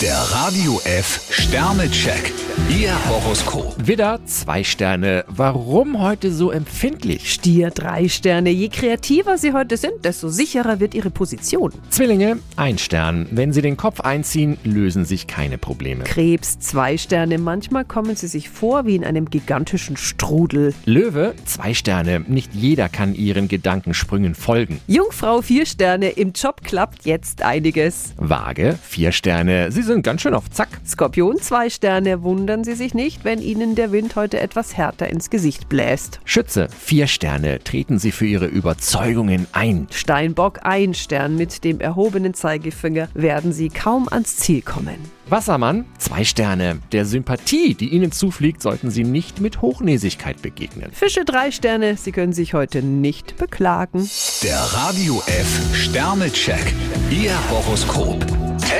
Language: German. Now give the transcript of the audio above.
Der Radio F Sternecheck. Ihr Horoskop. Widder, zwei Sterne. Warum heute so empfindlich? Stier drei Sterne. Je kreativer Sie heute sind, desto sicherer wird Ihre Position. Zwillinge, ein Stern. Wenn Sie den Kopf einziehen, lösen sich keine Probleme. Krebs zwei Sterne. Manchmal kommen Sie sich vor wie in einem gigantischen Strudel. Löwe, zwei Sterne. Nicht jeder kann Ihren Gedankensprüngen folgen. Jungfrau vier Sterne. Im Job klappt jetzt einiges. Waage, vier Sterne. Sie sind ganz schön auf Zack. Skorpion zwei Sterne. Wundern Sie sich nicht, wenn Ihnen der Wind heute etwas härter ins Gesicht bläst. Schütze, vier Sterne. Treten Sie für Ihre Überzeugungen ein. Steinbock ein Stern. Mit dem erhobenen Zeigefinger werden Sie kaum ans Ziel kommen. Wassermann, zwei Sterne. Der Sympathie, die Ihnen zufliegt, sollten Sie nicht mit Hochnäsigkeit begegnen. Fische drei Sterne. Sie können sich heute nicht beklagen. Der Radio F Sternecheck. Ihr Horoskop.